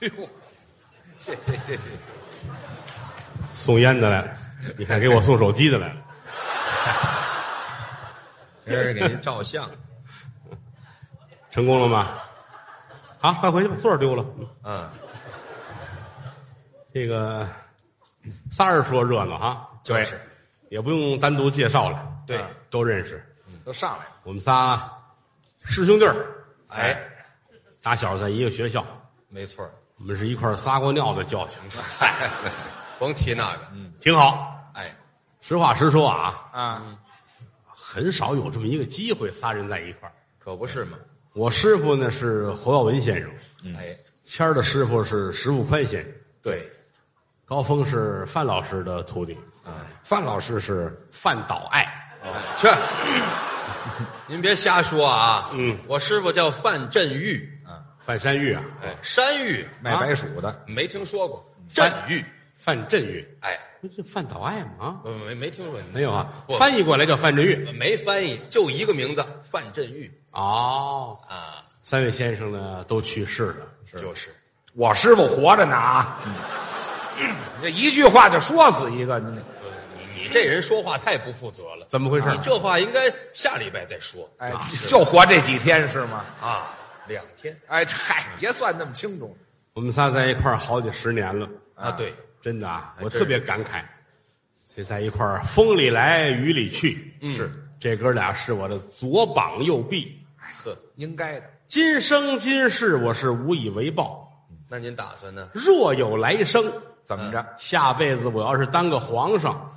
哎呦，谢谢谢谢，送烟的来了，你看给我送手机的来了，这是给您照相。成功了吗？好，快回去吧，座儿丢了。嗯 嗯，这个仨人说热闹哈，就是也不用单独介绍了，对啊都认识。嗯都上来了。我们仨师兄弟儿，哎，打小在一个学校，没错儿。我们是一块儿撒过尿的教训，嗨， 甭提那个。哎嗯，挺好。哎，实话实说啊，啊，很少有这么一个机会，仨人在一块儿。可不是嘛。我师傅呢是侯耀文先生，哎，谦儿的师傅是石富宽先生，对，高峰是范老师的徒弟，啊，范老师是范岛爱，去， 您别瞎说啊。嗯，我师傅叫范振玉，范山玉啊，哎，山玉卖白薯的，没听说过，振玉，范振玉，哎，不是范岛爱吗？啊，我没没听说没有啊不，翻译过来叫范振玉。没翻译，就一个名字范振玉哦，啊，三位先生呢都去世了，就是我师傅活着呢啊，嗯你这一句话就说死一个，你你你这人说话太不负责了，怎么回事你这话应该下礼拜再说哎，就活这几天是吗？啊，两天哎，嗨，别算那么清楚，我们仨在一块儿好几十年了，啊，对，真的啊，我真是特别感慨，这在一块儿风里来雨里去，是这哥俩是我的左膀右臂，哎呵，应该的。今生今世我是无以为报，那您打算呢？若有来生，怎么着？下辈子我要是当个皇上，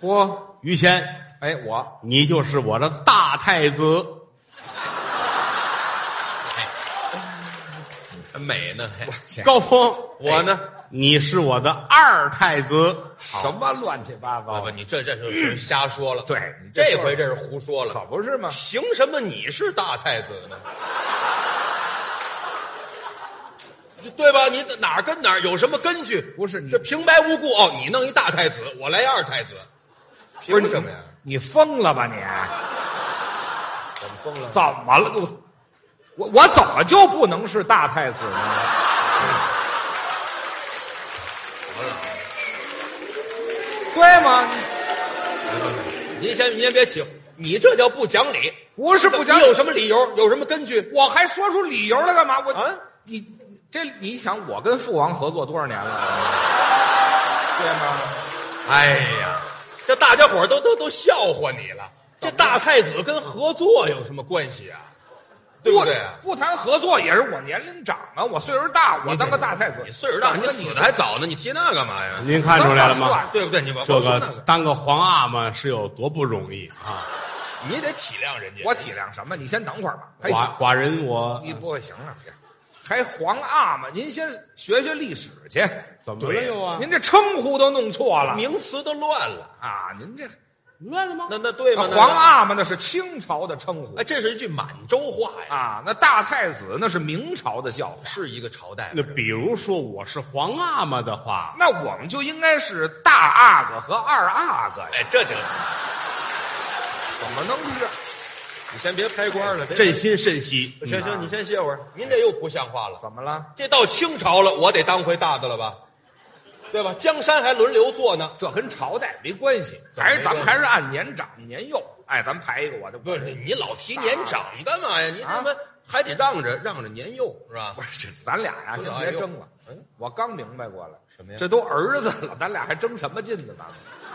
嚯，于谦，嗯哎，我你就是我的大太子。很美呢，嘿高峰，哎我呢？哎你是我的二太子。什么乱七八啊糟不，的？你这这是瞎说了，对你这这说回这是胡说了可，不是吗？凭什么你是大太子呢？ 对吧？你哪儿跟哪儿有什么根据？不是你这平白无故哦，你弄一大太子，我来一二太子，凭不是什么呀？？你疯了吧你？怎么疯了？怎么了？我我我怎么就不能是大太 子呢？对吗？您先您先别急，你这叫不讲理。不是不讲你有什么理由？有什么根据？我还说出理由来干嘛？我啊你这你想，我跟父王合作多少年了？啊对吗？哎呀，这大家伙儿都都都笑话你了。这大太子跟合作有什么关系啊？对不对啊？不谈合作也是我年龄长啊，我岁数大，我当个大太子。你岁数大，你死的还早呢，你提那干嘛呀？您看出来了吗？对不对？你甭这甭说那个当个皇阿玛是有多不容易啊！你得体谅人家。我体谅什么？你先等会儿吧。哎，寡寡人我你不会行了，你还皇阿玛？您先学学历史去。怎么了又啊？您这称呼都弄错了名词都乱了，啊！您这乱了吗？那那对吗？那皇，阿玛那是清朝的称呼哎，这是一句满洲话呀，啊，那大太子那是明朝的叫法。是一个朝代那吗。比如说我是皇阿玛的话，那我们就应该是大阿哥和二阿哥呀，哎，这就哎怎么能是？你先别拍官了，别朕心甚惜。行行，你先歇会儿，您这又不像话了。怎么了？这到清朝了，我得当回大的了吧？对吧？江山还轮流坐呢。这跟朝代没关系，还是咱们还是按年长年幼。哎，咱们排一个，我就不是你，你老提年长干嘛呀？你啊他妈还得让着让着年幼是吧 不？是这，咱俩呀，不是先别争了。我刚明白过来，什么呀这都儿子了，咱俩还争什么劲呢？咱们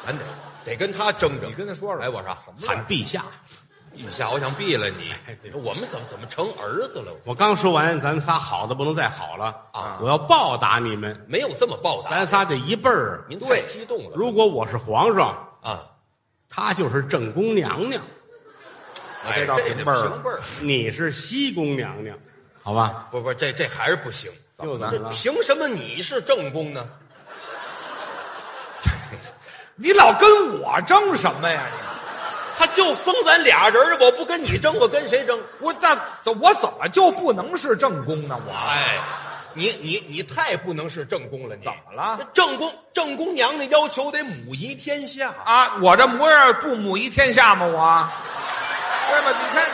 咱得得跟他争争。你跟他说说哎，我说啊喊陛下！陛下，我想毙了你。哎我们怎么怎么成儿子了？我刚说完，咱仨好的不能再好了啊我要报答你们，没有这么报答。咱仨这一辈儿。您太激动了如果我是皇上，啊！她就是正宫娘娘，哎，这倒这平辈儿了平辈儿，你是西宫娘娘，好吧？不不，这这还是不行。又怎么这了？凭什么你是正宫呢？你老跟我争什么呀？你他就封咱俩人儿，我不跟你争，我跟谁争？我那怎我怎么就不能是正宫呢？我哎，你你你太不能是正宫了，你怎么了这正宫正宫娘娘要求得母仪天下，啊，我这模样不母仪天下吗？我，对吧？你看，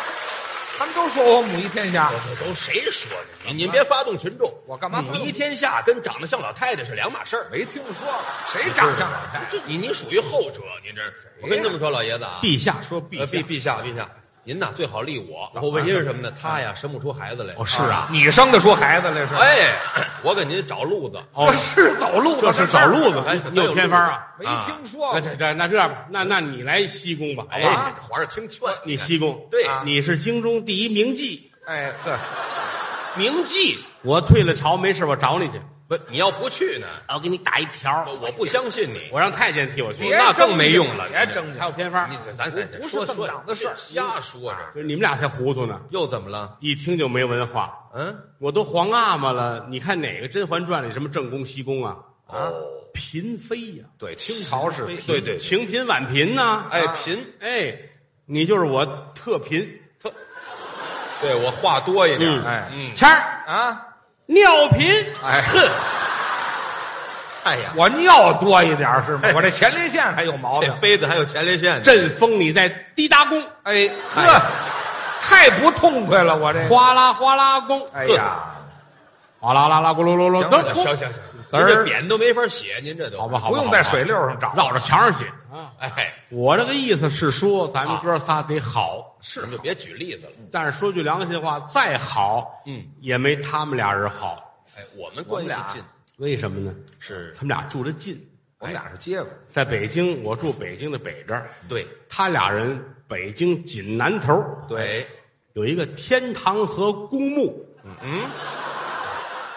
他们都说我母仪天下都，都都谁说的？您您别发动群众，我干嘛发母动仪天下跟长得像老太太是两码事儿。没听说过，谁长相好看？这你你属于后者，您这是我跟你这么说，老爷子啊，陛下说陛呃陛下，陛下陛下，您呐最好立我，我问因为什么呢？他呀生不出孩子来。哦是啊，你生得出孩子来是？哎，我给您找路子。哦这是走路这的，是找路子哎，你有偏方啊？没听说那过。这这那这样吧，那那你来西宫吧，好哎不好？啊，皇上听劝，你西宫，对啊你是京中第一名妓，哎呵，名妓。我退了朝没事，我找你去，不，你要不去呢，我给你打一条，我我不相信你。我让太监替我去别。那更争没这用个了别你这争这还有个。偏方你，咱咱咱不是说这么说档子事儿瞎说着，就是你们俩才糊涂呢，又怎么了？一听就没文化。嗯，我都皇阿玛了，你看哪个《甄嬛传》里什么正宫、西宫啊？啊，嫔妃呀、对，清清朝是对对对，清嫔、婉嫔呐、哎，啊贫哎，你就是我特嫔。特，对我话多一点，嗯哎哎，嗯，谦儿啊，尿嫔，哎，哼，哎呀，我尿多一点儿是吗？我这前列腺还有毛病这。妃子还有前列腺，朕封你在滴答宫，哎呵，太不痛快了，我这。哗啦哗啦宫，哎呀，哗啦啦啦咕噜噜噜，行了行咚行行，字您儿这匾都没法写，您这都好吧，好吧，不用好吧在水溜上找，绕着墙上写啊。哎，我这个意思是说，啊咱们哥仨得好，是就别举例子了。但是说句良心话，再好，嗯，也没他们俩人好。哎，我们我关们系俩近，为什么呢？是他们俩住的近，我们俩是街坊。在北京，我住北京的北边儿，对他俩人北京锦南头儿对，有一个天堂河公墓，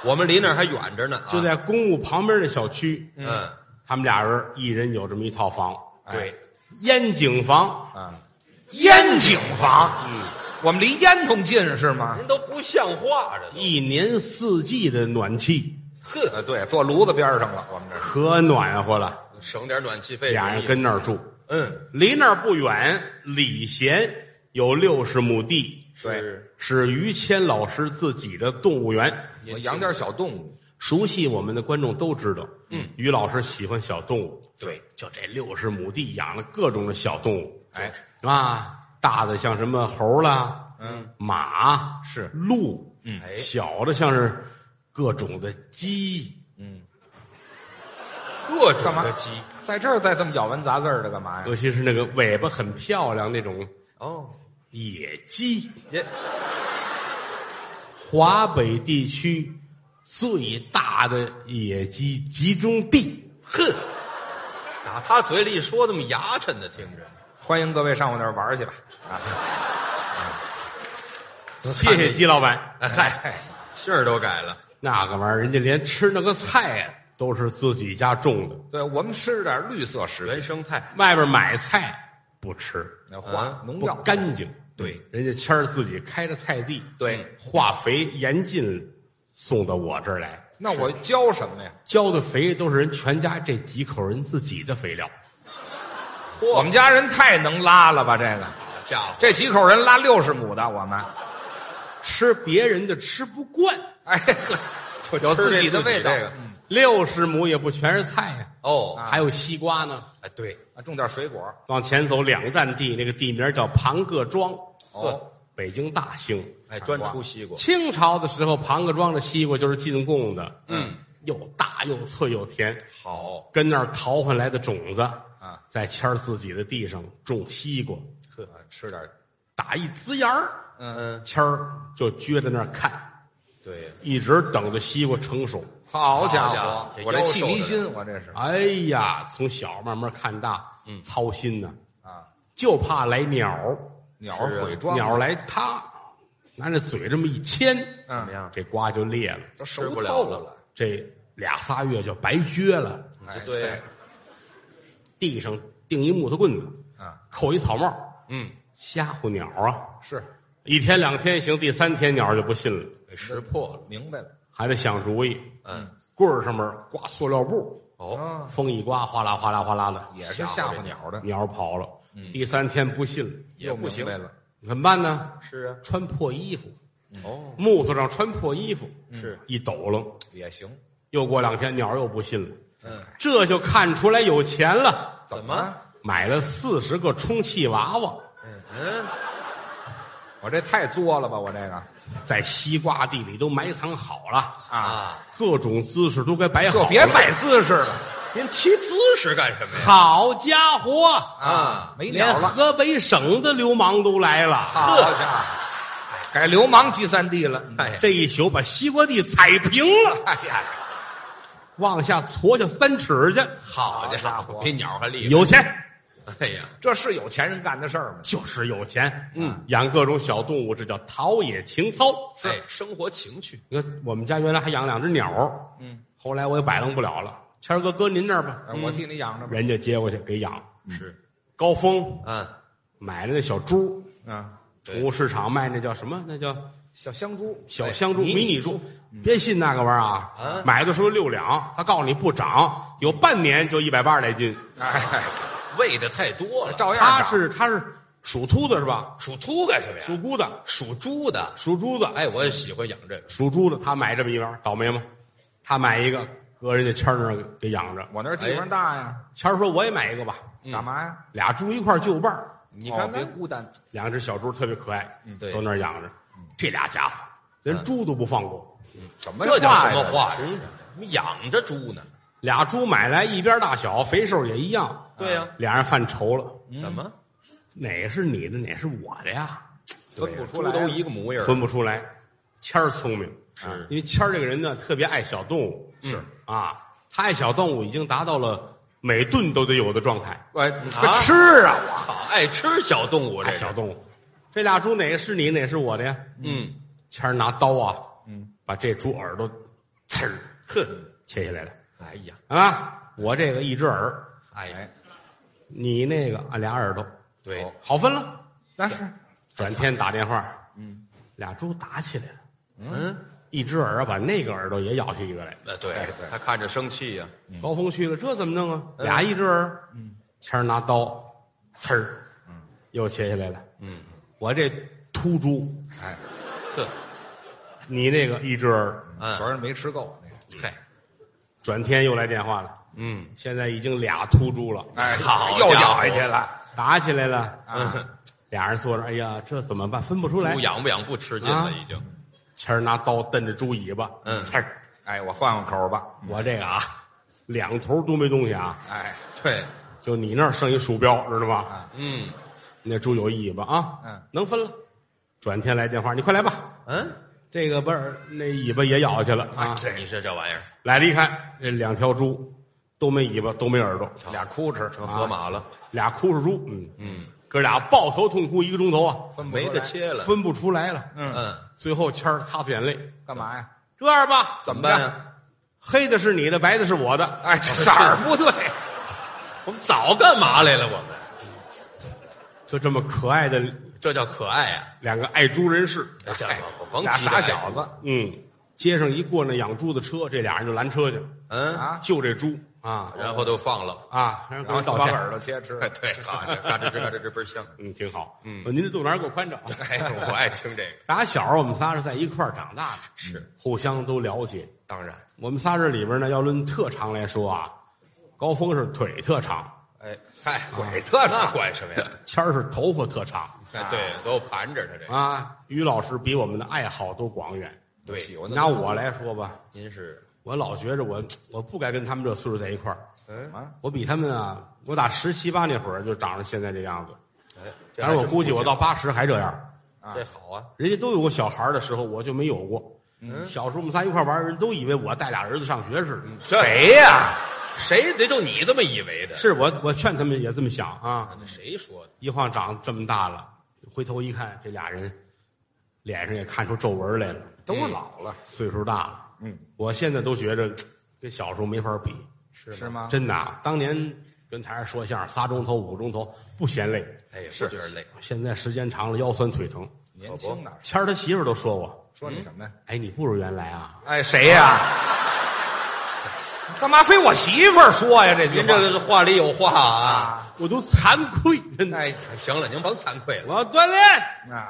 我们离那儿还远着呢，啊就在公墓旁边的小区，嗯，他们俩人一人有这么一套房，哎对，烟景房，啊，烟景房，嗯，我们离烟囱近是吗？您都不像话着呢，一年四季的暖气，呵，呃，对，坐炉子边上了，我们这可暖和了。省点暖气费，俩人跟那儿住，嗯离那儿不远，礼贤有六十亩地，是是于谦老师自己的动物园。对，我养点小动物，熟悉我们的观众都知道，嗯，于老师喜欢小动物，对，就这六十亩地养了各种的小动物，哎，啊，大的像什么猴啦，嗯，马是鹿，嗯哎小的像是各种的鸡，各种干嘛的鸡在这儿再这么咬文杂字儿的干嘛呀？尤其是那个尾巴很漂亮那种哦，野鸡。也华北地区最大的野鸡集中地，哼，打他嘴里一说，那么牙碜的，听着。欢迎各位上我那儿玩儿去吧，啊，谢谢鸡老板。哎嗨，姓儿都改了，那个玩意儿，人家连吃那个菜呀、都是自己家种的，呃对我们吃点绿色食品，原生态。外边买菜不吃，那化啊农不药干净。对，人家谦儿自己开的菜地，嗯对，化肥严禁送到我这儿来，那我教什么呀？浇的肥都是人全家这几口人自己的肥料。我们家人太能拉了吧？这个好家伙，这几口人拉六十亩的，我们，吃别人的吃不惯，哎，呵 就有吃这自己的味道自己这个嗯六十亩也不全是菜呀、哦，还有西瓜呢。哎对，啊，种点水果，往前走两站地，那个地名叫庞各庄，哦，北京大兴。哎专出西瓜，清朝的时候，庞各庄的西瓜就是进贡的，嗯，又大又脆又甜，好，跟那儿淘回来的种子啊，在谦儿自己的地上种西瓜，呵，呃吃点，打一呲芽儿，嗯，谦儿就撅在那儿看，对，一直等着西瓜成熟。好家好家伙伙这，我这妖气兽的啊迷心，我这是哎呀，从小慢慢看大，嗯，操心呐，啊，就怕来鸟儿，鸟是儿啊毁庄，鸟儿来它，拿这嘴这么一牵，怎么嗯，样？这瓜就裂了。都吃熟不了透了了，这俩仨月就白撅了，哎，对，地上钉一木头棍子，啊，扣一草帽，嗯，吓唬鸟啊！是一天两天行，第三天鸟就不信了，给识破了，明白了，还得想主意。嗯，棍儿上面挂塑料布，哦，啊，风一刮，哗啦哗啦哗啦的，也嗯是啊吓唬鸟的，鸟跑了。第三天不信了，也不行又，明白了，怎么办呢？是啊，穿破衣服，哦，木头上穿破衣服，嗯是一抖楞。也行，又过两天，鸟又不信了，嗯，这就看出来有钱了，怎么？买了四十个充气娃娃。嗯，我这太作了吧，我这个在西瓜地里都埋藏好了，啊，各种姿势都给摆好就了。别摆姿势了您提姿势干什么 呀？好家伙，啊，没鸟连了，河北省的流氓都来了。好家伙，改流氓集散地了，哎，这一宿把西瓜地踩平了，哎呀，往下搓下三尺去。好家好家伙伙，比鸟还厉害！有钱哎呀，这是有钱人干的事儿吗？就是有钱，嗯，养各种小动物，这叫陶冶情操。哎，生活情趣你看，我们家原来还养两只鸟，嗯，后来我也摆弄不了了，谦儿哥搁您那儿吧，哎我替你养着吧，人家接过去给养。是，高峰嗯，买了那小猪，啊，对宠物市场卖那叫什么？那叫小香猪，小香猪、哎迷迷你你猪。嗯别信那个玩意儿啊啊！买的时候六两，他告诉你不涨，有半年就一百八十来斤。 哎，喂的太多了， 照样他长是他是属秃子是吧？属兔干什么呀？属猪的，属猪的，属猪的， 哎，我也喜欢养这个。属猪的，他买这么一玩意儿，倒霉吗？他买一个，搁人家谦儿那儿给养着。我那儿地方大呀，谦儿说：“我也买一个吧。嗯干嘛呀？”俩猪一块儿就伴儿，你看看嗯哦别孤单，两只小猪特别可爱，嗯对嗯都那儿养着。这俩家伙连猪都不放过，什么这叫什么话呀？话呀？怎么养着猪呢？俩猪买来一边大小，肥瘦也一样。啊对呀，俩人犯愁了，怎么哪个是你的，哪个是我的呀？分不出猪来都一个模样儿？分不出来。谦儿聪明，是啊因为谦儿这个人呢，特别爱小动物，是啊，他爱小动物已经达到了每顿都得有的状态，哎，啊吃啊，我好爱吃小动物，这爱个小动物。这俩猪哪个是你，哪个是我的呀？嗯，谦儿拿刀啊，嗯，把这猪耳朵呲儿哼，切下来了哎呀，啊！我这个一只耳，哎哎，， 你那个啊俩耳朵，对，哦好分了。但是转天打电话，嗯，俩猪打起来了，嗯，一只耳啊把那个耳朵也咬下一个来。呃，对哎对，他看着生气呀，高峰去了，这怎么弄啊？嗯俩一只耳，谦儿拿刀，呲儿，又切下来了。嗯，我这秃猪，哎，呵，你那个一只耳。嗯，昨儿没吃够那个，嗨，转天又来电话了，嗯，现在已经俩秃猪了，哎，好 又家咬伙下去了，打起来了。啊，俩人坐着，哎呀，这怎么办？分不出来嗯猪。养不养不吃劲啊了已经，谦儿拿刀瞪着猪尾巴，嗯呲儿，哎，我换换口吧，我这个啊，两头都没东西啊，哎，对，就你那儿剩一鼠标，知道吧？嗯那猪有一尾巴啊，嗯，能分了。转天来电话，你快来吧，嗯，这个不是那尾巴也咬下去了啊。这嗯你说这玩意儿来了一看，这两条猪都没尾巴，都没耳朵，俩哭哧，成河马了，俩哭是猪，嗯嗯，哥俩抱头痛哭一个钟头啊，分不出没来得，切了，分不出来了。嗯，嗯，最后谦儿擦擦眼泪，干嘛呀？这样吧，怎么办啊呀？黑的是你的，白的是我的，哎，这色儿不对，我们早干嘛来了？我们就这么可爱的这叫可爱啊！两个爱猪人士，哎这甭甭俩提这傻爱小子嗯，街上一过那养猪的车，这俩人就拦车去了，嗯，啊，救这猪啊然后就放了，啊，然然后后道光歉，耳朵切吃哎，， 对，好，这嘎吱吱嘎吱吱倍儿香，嗯，挺好，嗯呃您这肚腩给我宽着啊。哎，我爱听这个， 打小我们仨是在一块儿长大的，嗯是互相都了解。当然，我们仨这里边呢，要论特长来说啊，高峰是腿特长，哎，嗨，鬼特那长，管什么呀？谦儿是头发特长哎，对，都盘着他这个。啊。于老师比我们的爱好都广远。对，我拿我来说吧，您是我老觉着我我不该跟他们这岁数在一块儿，什么？我比他们啊，我打十七八那会儿就长成现在这样子。哎，这但是我还真估计不我行到八十还这样。啊这好啊，人家都有过小孩儿的时候，我就没有过。嗯小时候我们仨一块儿玩儿，人都以为我带俩儿子上学似的。这谁呀？谁得就你这么以为的？是我我劝他们也这么想啊。这谁说的？一晃长这么大了，回头一看，这俩人脸上也看出皱纹来了，嗯都老了，岁数大了。嗯，我现在都觉着跟小时候没法比，是吗？真的啊。当年跟台上说相声，仨钟头、五个钟头不嫌累，哎，是觉得累，现在时间长了腰酸腿疼。年轻呢，谦儿他媳妇儿都说我说你什么呀？：“哎，你不如原来啊。嗯哎，谁呀？ 干嘛非我媳妇儿说呀？这句您话这个话里有话啊！”我都惭愧，真的。哎，行了，您甭惭愧了。我要锻炼，啊，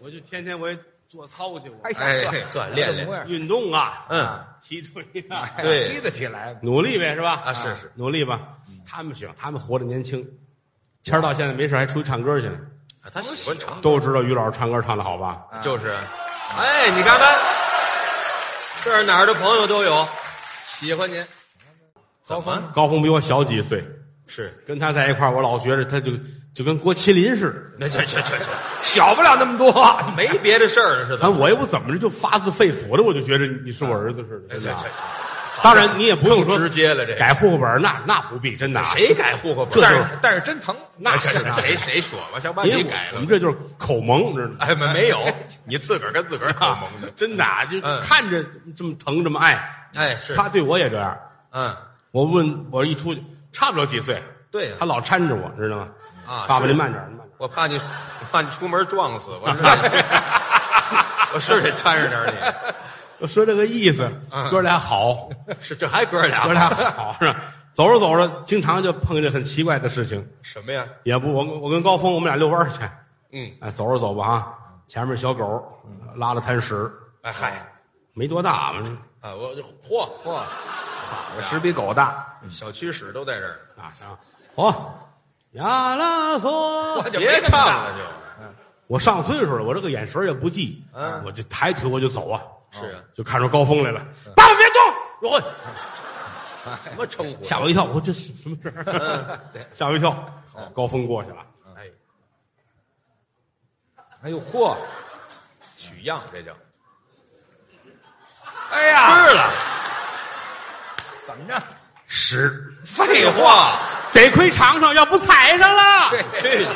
我就天天我也做操去，我哎哎呀，呵练练这模样运动啊，嗯提腿啊，哎对踢得起来努力呗，是吧？啊，是嗯是，努力吧。他们行，他们活得年轻。谦儿到现在没事还出去唱歌去呢，啊他喜欢唱，都知道于老师唱歌唱的好吧？就是，哎，你看看，这儿哪儿的朋友都有，喜欢您，高峰高峰比我小几岁，是，跟他在一块儿，我老觉着他就就跟郭麒麟似的。 那这这这这小不了那么 多。没别的事儿是反怎么？正我也不怎么着，就发自肺腑的，我就觉着你是我儿子似的。这真这的啊哎这当然你也不用更说直接了，这个改户口本儿，那那不必，真的啊。谁改户口本这儿？就但是是但是真疼，那这是这谁谁说吧？想把因为你我改我了们？这就是口萌，知道吗？哎，没没有，你自个儿跟自个儿口萌的。 真的啊，就嗯看着这么疼，这么爱。哎，是，他对我也这样。嗯，我问我一出去，差不了几岁，哎对呀他老搀着我，知道吗？啊爸爸是您慢点儿，您慢点儿。我怕你，我怕你出门撞死，我是，我是得搀着点儿我说这个意思，嗯哥 俩好，你。是，这还哥俩？哥俩好是吧？走着走着，经常就碰见很奇怪的事情， 什么呀？也不我跟我跟高峰我们俩遛弯儿去，嗯，哎，走着走吧啊，前面小狗拉了滩屎，哎嗨，没多大嘛，啊，我就嚯嚯，我屎比狗大，嗯小区屎都在这儿，啊行，哦，呀啦嗦，就别没那么唱大了就。我上岁数了，我这个眼神儿也不济，嗯我就抬腿我就走啊，是啊，嗯就看出高峰来了，爸爸别动，我问。什么称 呼？吓我一跳，我这是什么事嗯 儿？吓我一跳，高峰过去了，哎，哎呦嚯，取样这叫吃哎嗯呀，了。怎么着？屎，废话，得亏尝尝，要不踩上了。去你！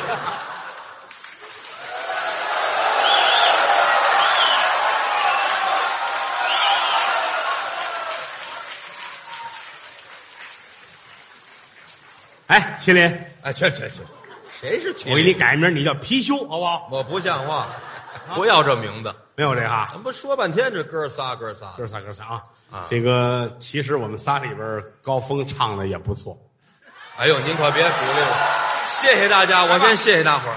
哎，麒麟，哎，去去去，谁是麒麟？我啊给你改名，你叫貔貅，好不好？我不像话，不要这名字。没有这个啊，咱不说半天这哥仨哥仨哥仨哥仨啊哦啊。这个其实我们仨里边，高峰唱的也不错。哎呦，您可别鼓励我，谢谢大家，我真谢谢大伙儿。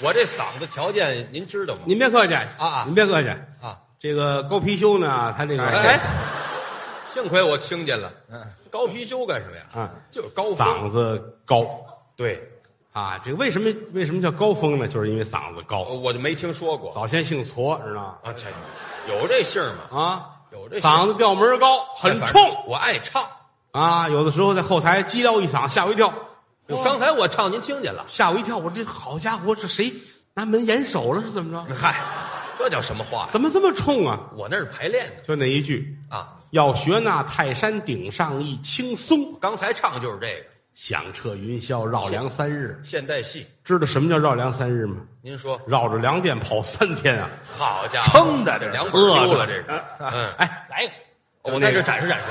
我这嗓子条件您知道吗？您别客气啊您别客气。啊，这个高貔貅呢，他这个哎，幸亏我听见了。高貔貅干什么呀？啊，就是高峰嗯嗓子高对，啊。这个为什么为什么叫高峰呢？就是因为嗓子高。我就没听说过早先姓矬，知道吗？啊，这有这姓儿吗？啊，有这嗓子调门儿高，很哎反冲正我爱唱。啊！有的时候在后台激撩一嗓，吓我一跳，刚才我唱您听见了？吓我一跳！我这好家伙，这谁拿门掩手了？是怎么着？嗨，这叫什么话呀？怎么这么冲啊？我那是排练的就那一句，啊，要学那泰山顶上一青松，刚才唱就是这个响彻云霄绕梁三日。现代戏。知道什么叫绕梁三日吗？您说，绕着梁殿跑三天啊！好家伙，撑的这是两本儿丢了饿这着是。嗯，哎，来一个，我在这展示展示，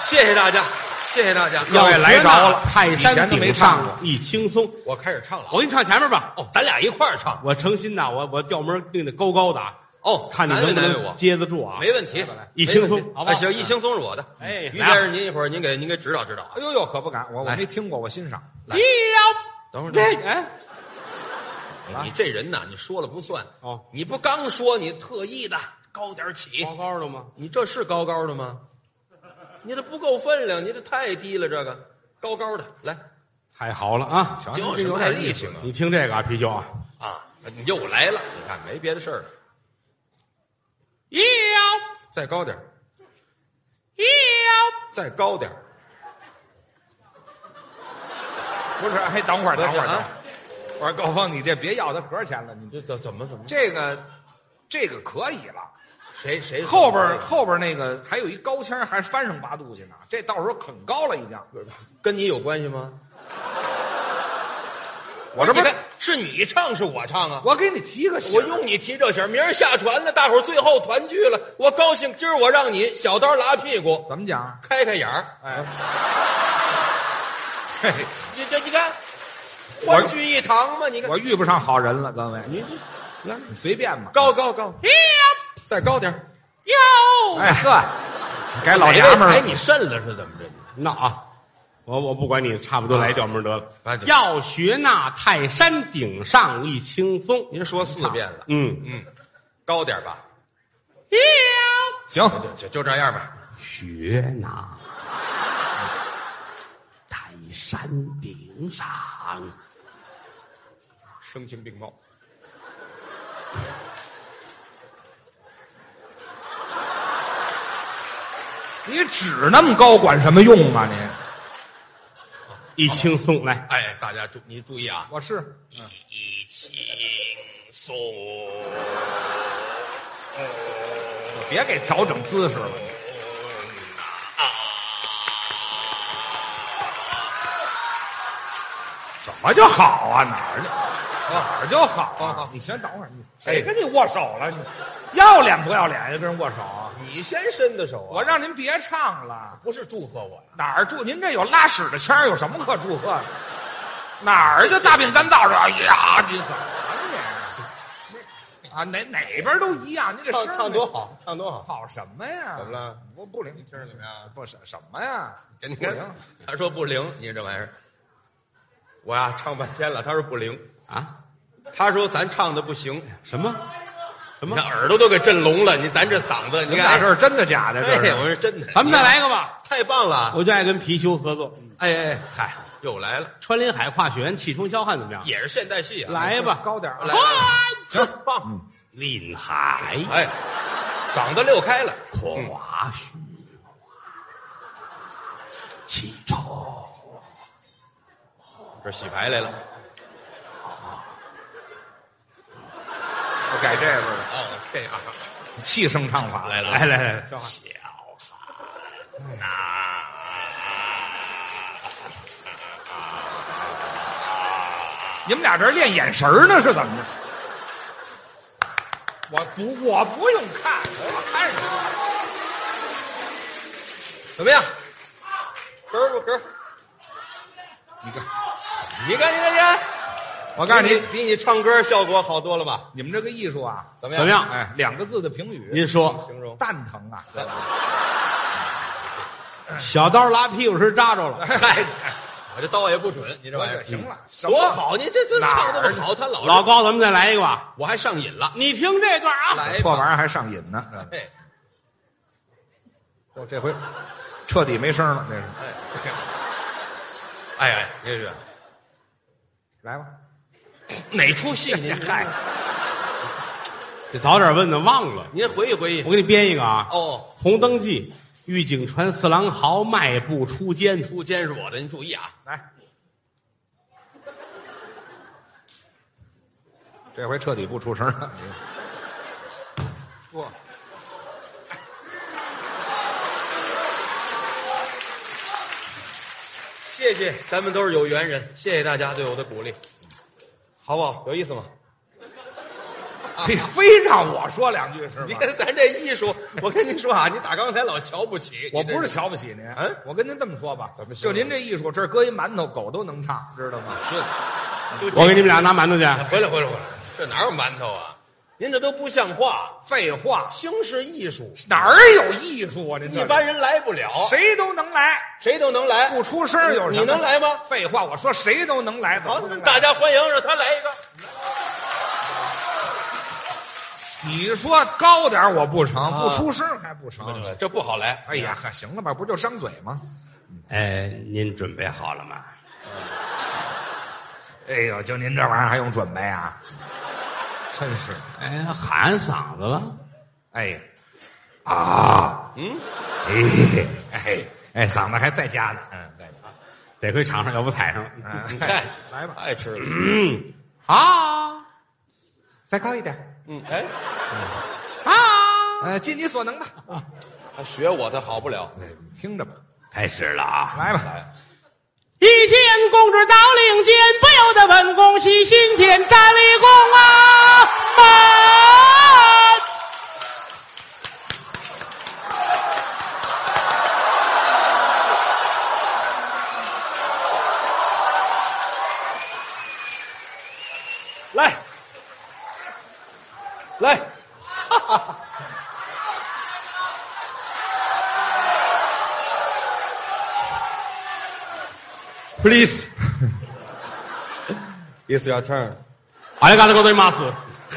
谢谢大家，谢谢大家。要各位来学那着了泰以前山都没顶唱上一青松，我开始唱了啊。我给你唱前面吧。哦，咱俩一块儿唱。我诚心呐，我我调门儿定的高高的啊。哦，看你难为能不难为我能，接得住啊！没问题，一轻松没问题好不好哎行，一轻松是我的。哎于来啊先生，您一会儿您给您给指导指导啊哎。呦呦，可不敢，我我来没听过，我欣赏。一要等会儿，这等会哎，儿哎你这人呐，你说了不算。哦你不刚说你特意的高点儿起，高高的吗？你这是高高的吗？你这不够分量，你这太低了。这个高高的，来，太好了啊！行，就这是有有点点意力思。气嘛。你听这个啊，啤酒啊，啊，你又来了，你看没别的事儿了，一要再高点儿一要，再高点儿不是，哎，等会儿，等会儿，不是等啊会儿。我说高峰，你这别要他盒钱了，你这怎怎么怎么？这个这个可以了。谁谁后边哎儿后边儿那个还有一高腔儿，还翻上八度去呢，这到时候很高了已经。跟你有关系吗？我这你不是看是你唱是我唱啊？我给你提个醒我，用你提这醒儿，明儿下船了，大伙儿最后团聚了，我高兴。今儿我让你小刀拉屁股，怎么讲？开开眼儿。哎，嘿嘿你这你看，我欢聚一堂嘛。你看我，遇不上好人了，各位，你这你看你随便吧。高高高，一要再高点儿。要，哎呵，哎改老娘们哪位儿踩了。你肾了是怎么着？那啊，我我不管你，差不多来调门得啊了。对要学那泰山顶上一青松，您说四遍了，嗯，嗯，高点儿吧，一要行，就就就这样吧。学 那泰山顶上声情并茂，你纸那么高管什么用啊你？一轻松来，哎，大家注你注意啊，我是一轻松，别给调整姿势了，什么就好啊？哪儿就哪儿就好啊？你先等会儿，你哎谁跟你握手了？你要脸不要脸呀？跟人握手啊？你先伸的手啊，我让您别唱了，不是祝贺我呀，哪儿祝您这有拉屎的腔儿有什么可祝贺的？哪儿就大饼干道上？哎呀，你怎么了你？啊，哪哪边都一样，你这唱声儿唱多好，唱多好，好什么呀？怎么了？我不灵，你听着怎么样？不什什么呀？给你不看灵，，他说不灵，你这玩意儿，我呀唱半天了，他说不灵，啊？他说咱唱的不行，什么？什你么看？耳朵都给震聋了，你咱这嗓子，你你俩看这是真的假的？这哎，是我是真的，咱们再来一个吧。太棒了，我就爱跟貔貅合作，哎哎，嗨，又来了，穿林海跨雪原，气冲霄汉怎么样？也是现代戏啊，来吧，高点儿啊来穿行，棒，嗯林海哎，嗓子溜开了，跨雪，气冲。这洗牌来了。我改这个了，哦，这啊样气声唱法来了来来来，这话小孩呐，你们俩这儿练眼神儿呢，是怎么着？我不，我不用看，我看着呢。怎么样？嗝儿不嗝儿？你看，你看，你看，你看，我告诉比你，比你唱歌效果好多了吧？你们这个艺术啊，怎么怎样？么样？哎，两个字的评语，您说，形容？蛋疼啊！小刀拉屁股时扎着 了，嗨，我这刀也不准，你这玩意我儿嗯行，了，什多么，好！你这这哪唱儿的好，他老老高，咱们再来一个吧。我还上瘾了。你听这段啊，来破玩吧，意儿还上瘾呢。哎我这回彻底没声了，这是哎哎哎，你这是来吧。哪出戏？您嗨，得早点问呢，忘了。您回忆回忆我。给你编一个啊，哦， 《红灯记》，玉井传四郎豪迈步出监，出监是我的，您注意啊。来，这回彻底不出声了。不，谢谢，咱们都是有缘人，谢谢大家对我的鼓励，好不好？有意思吗？你哎非让我说两句是 你吧？看咱这艺术，我跟您说啊，你打刚才老瞧不起，我你这不是瞧不起您，嗯我跟您这么说吧，怎么说就您这艺术，这儿搁一馒头，狗都能唱，知道吗？是，就我给你们俩拿馒头去。回来回来回来，这哪有馒头啊？您这都不像话，废话，轻视艺术，哪儿有艺术啊？您这一般人来不了，谁都能来，谁都能来不。出声有什么？你能来吗？废话，我说谁都能来，怎么好不，能来大家欢迎，让他来一个。你说高点儿我不成，啊不出声还不成？这不好来，哎呀，，行了吧，不就张嘴吗？哎，您准备好了吗？哎呦，就您这玩意儿还用准备啊？真是，哎，喊嗓子了。哎呀，啊，嗯，哎哎哎，嗓子还在家呢，嗯，在家，得亏场上要不踩上了。嗯，嗨，来吧，爱吃了。嗯，啊 再高一点，嗯，哎，啊，呃，尽你所能吧，他学我，他好不了。哎听着吧，开始了啊！来吧，一见公主到令间，不由得本宫喜心间，站立宫啊！慢来，来， ，please，意思要 turn。阿里嘎多ございます。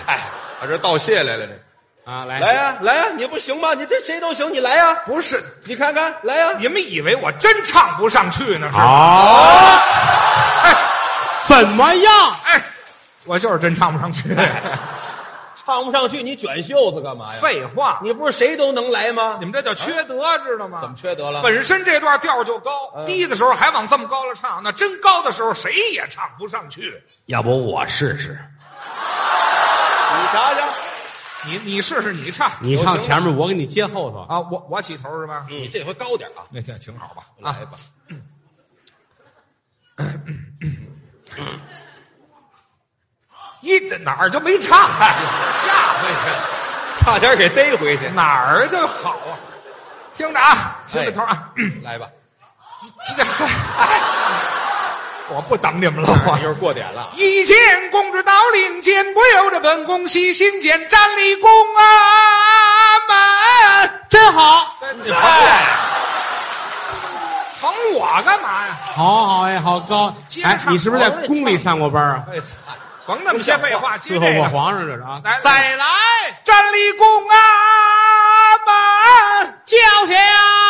嗨，他这道谢来了呢。啊，来来呀、来呀、你不行吗？你这谁都行，你来呀、不是，你看看，来呀、你们以为我真唱不上去呢？是吧？好，哎怎么样？哎，我就是真唱不上去，唱不上去，你卷袖子干嘛呀？废话，你不是谁都能来吗？你们这叫缺德，知道吗？怎么缺德了？本身这段调就高，嗯低的时候还往这么高了唱，那真高的时候谁也唱不上去。要不我试试？你瞧瞧，你你试试，你唱，你唱前面，我给你接后头。啊，我我起头是吧？你这回高点啊！那这挺好吧？来吧，啊一哪儿就没唱，下回去哎差点给逮回去。哪儿就好啊？听着啊，哎听着头 啊，来吧，这这，哎我不等你们了， 我一会儿过点了。啊一见公主到领间，不由得本宫喜心间，站立宫啊门。真好，哎，捧我干嘛呀？好好哎，好高接！着哎，唱你是不是在宫里上过班啊？哎，甭那么些废话，接伺这候 过个。皇上这是啊！来再来站立宫啊门，叫响。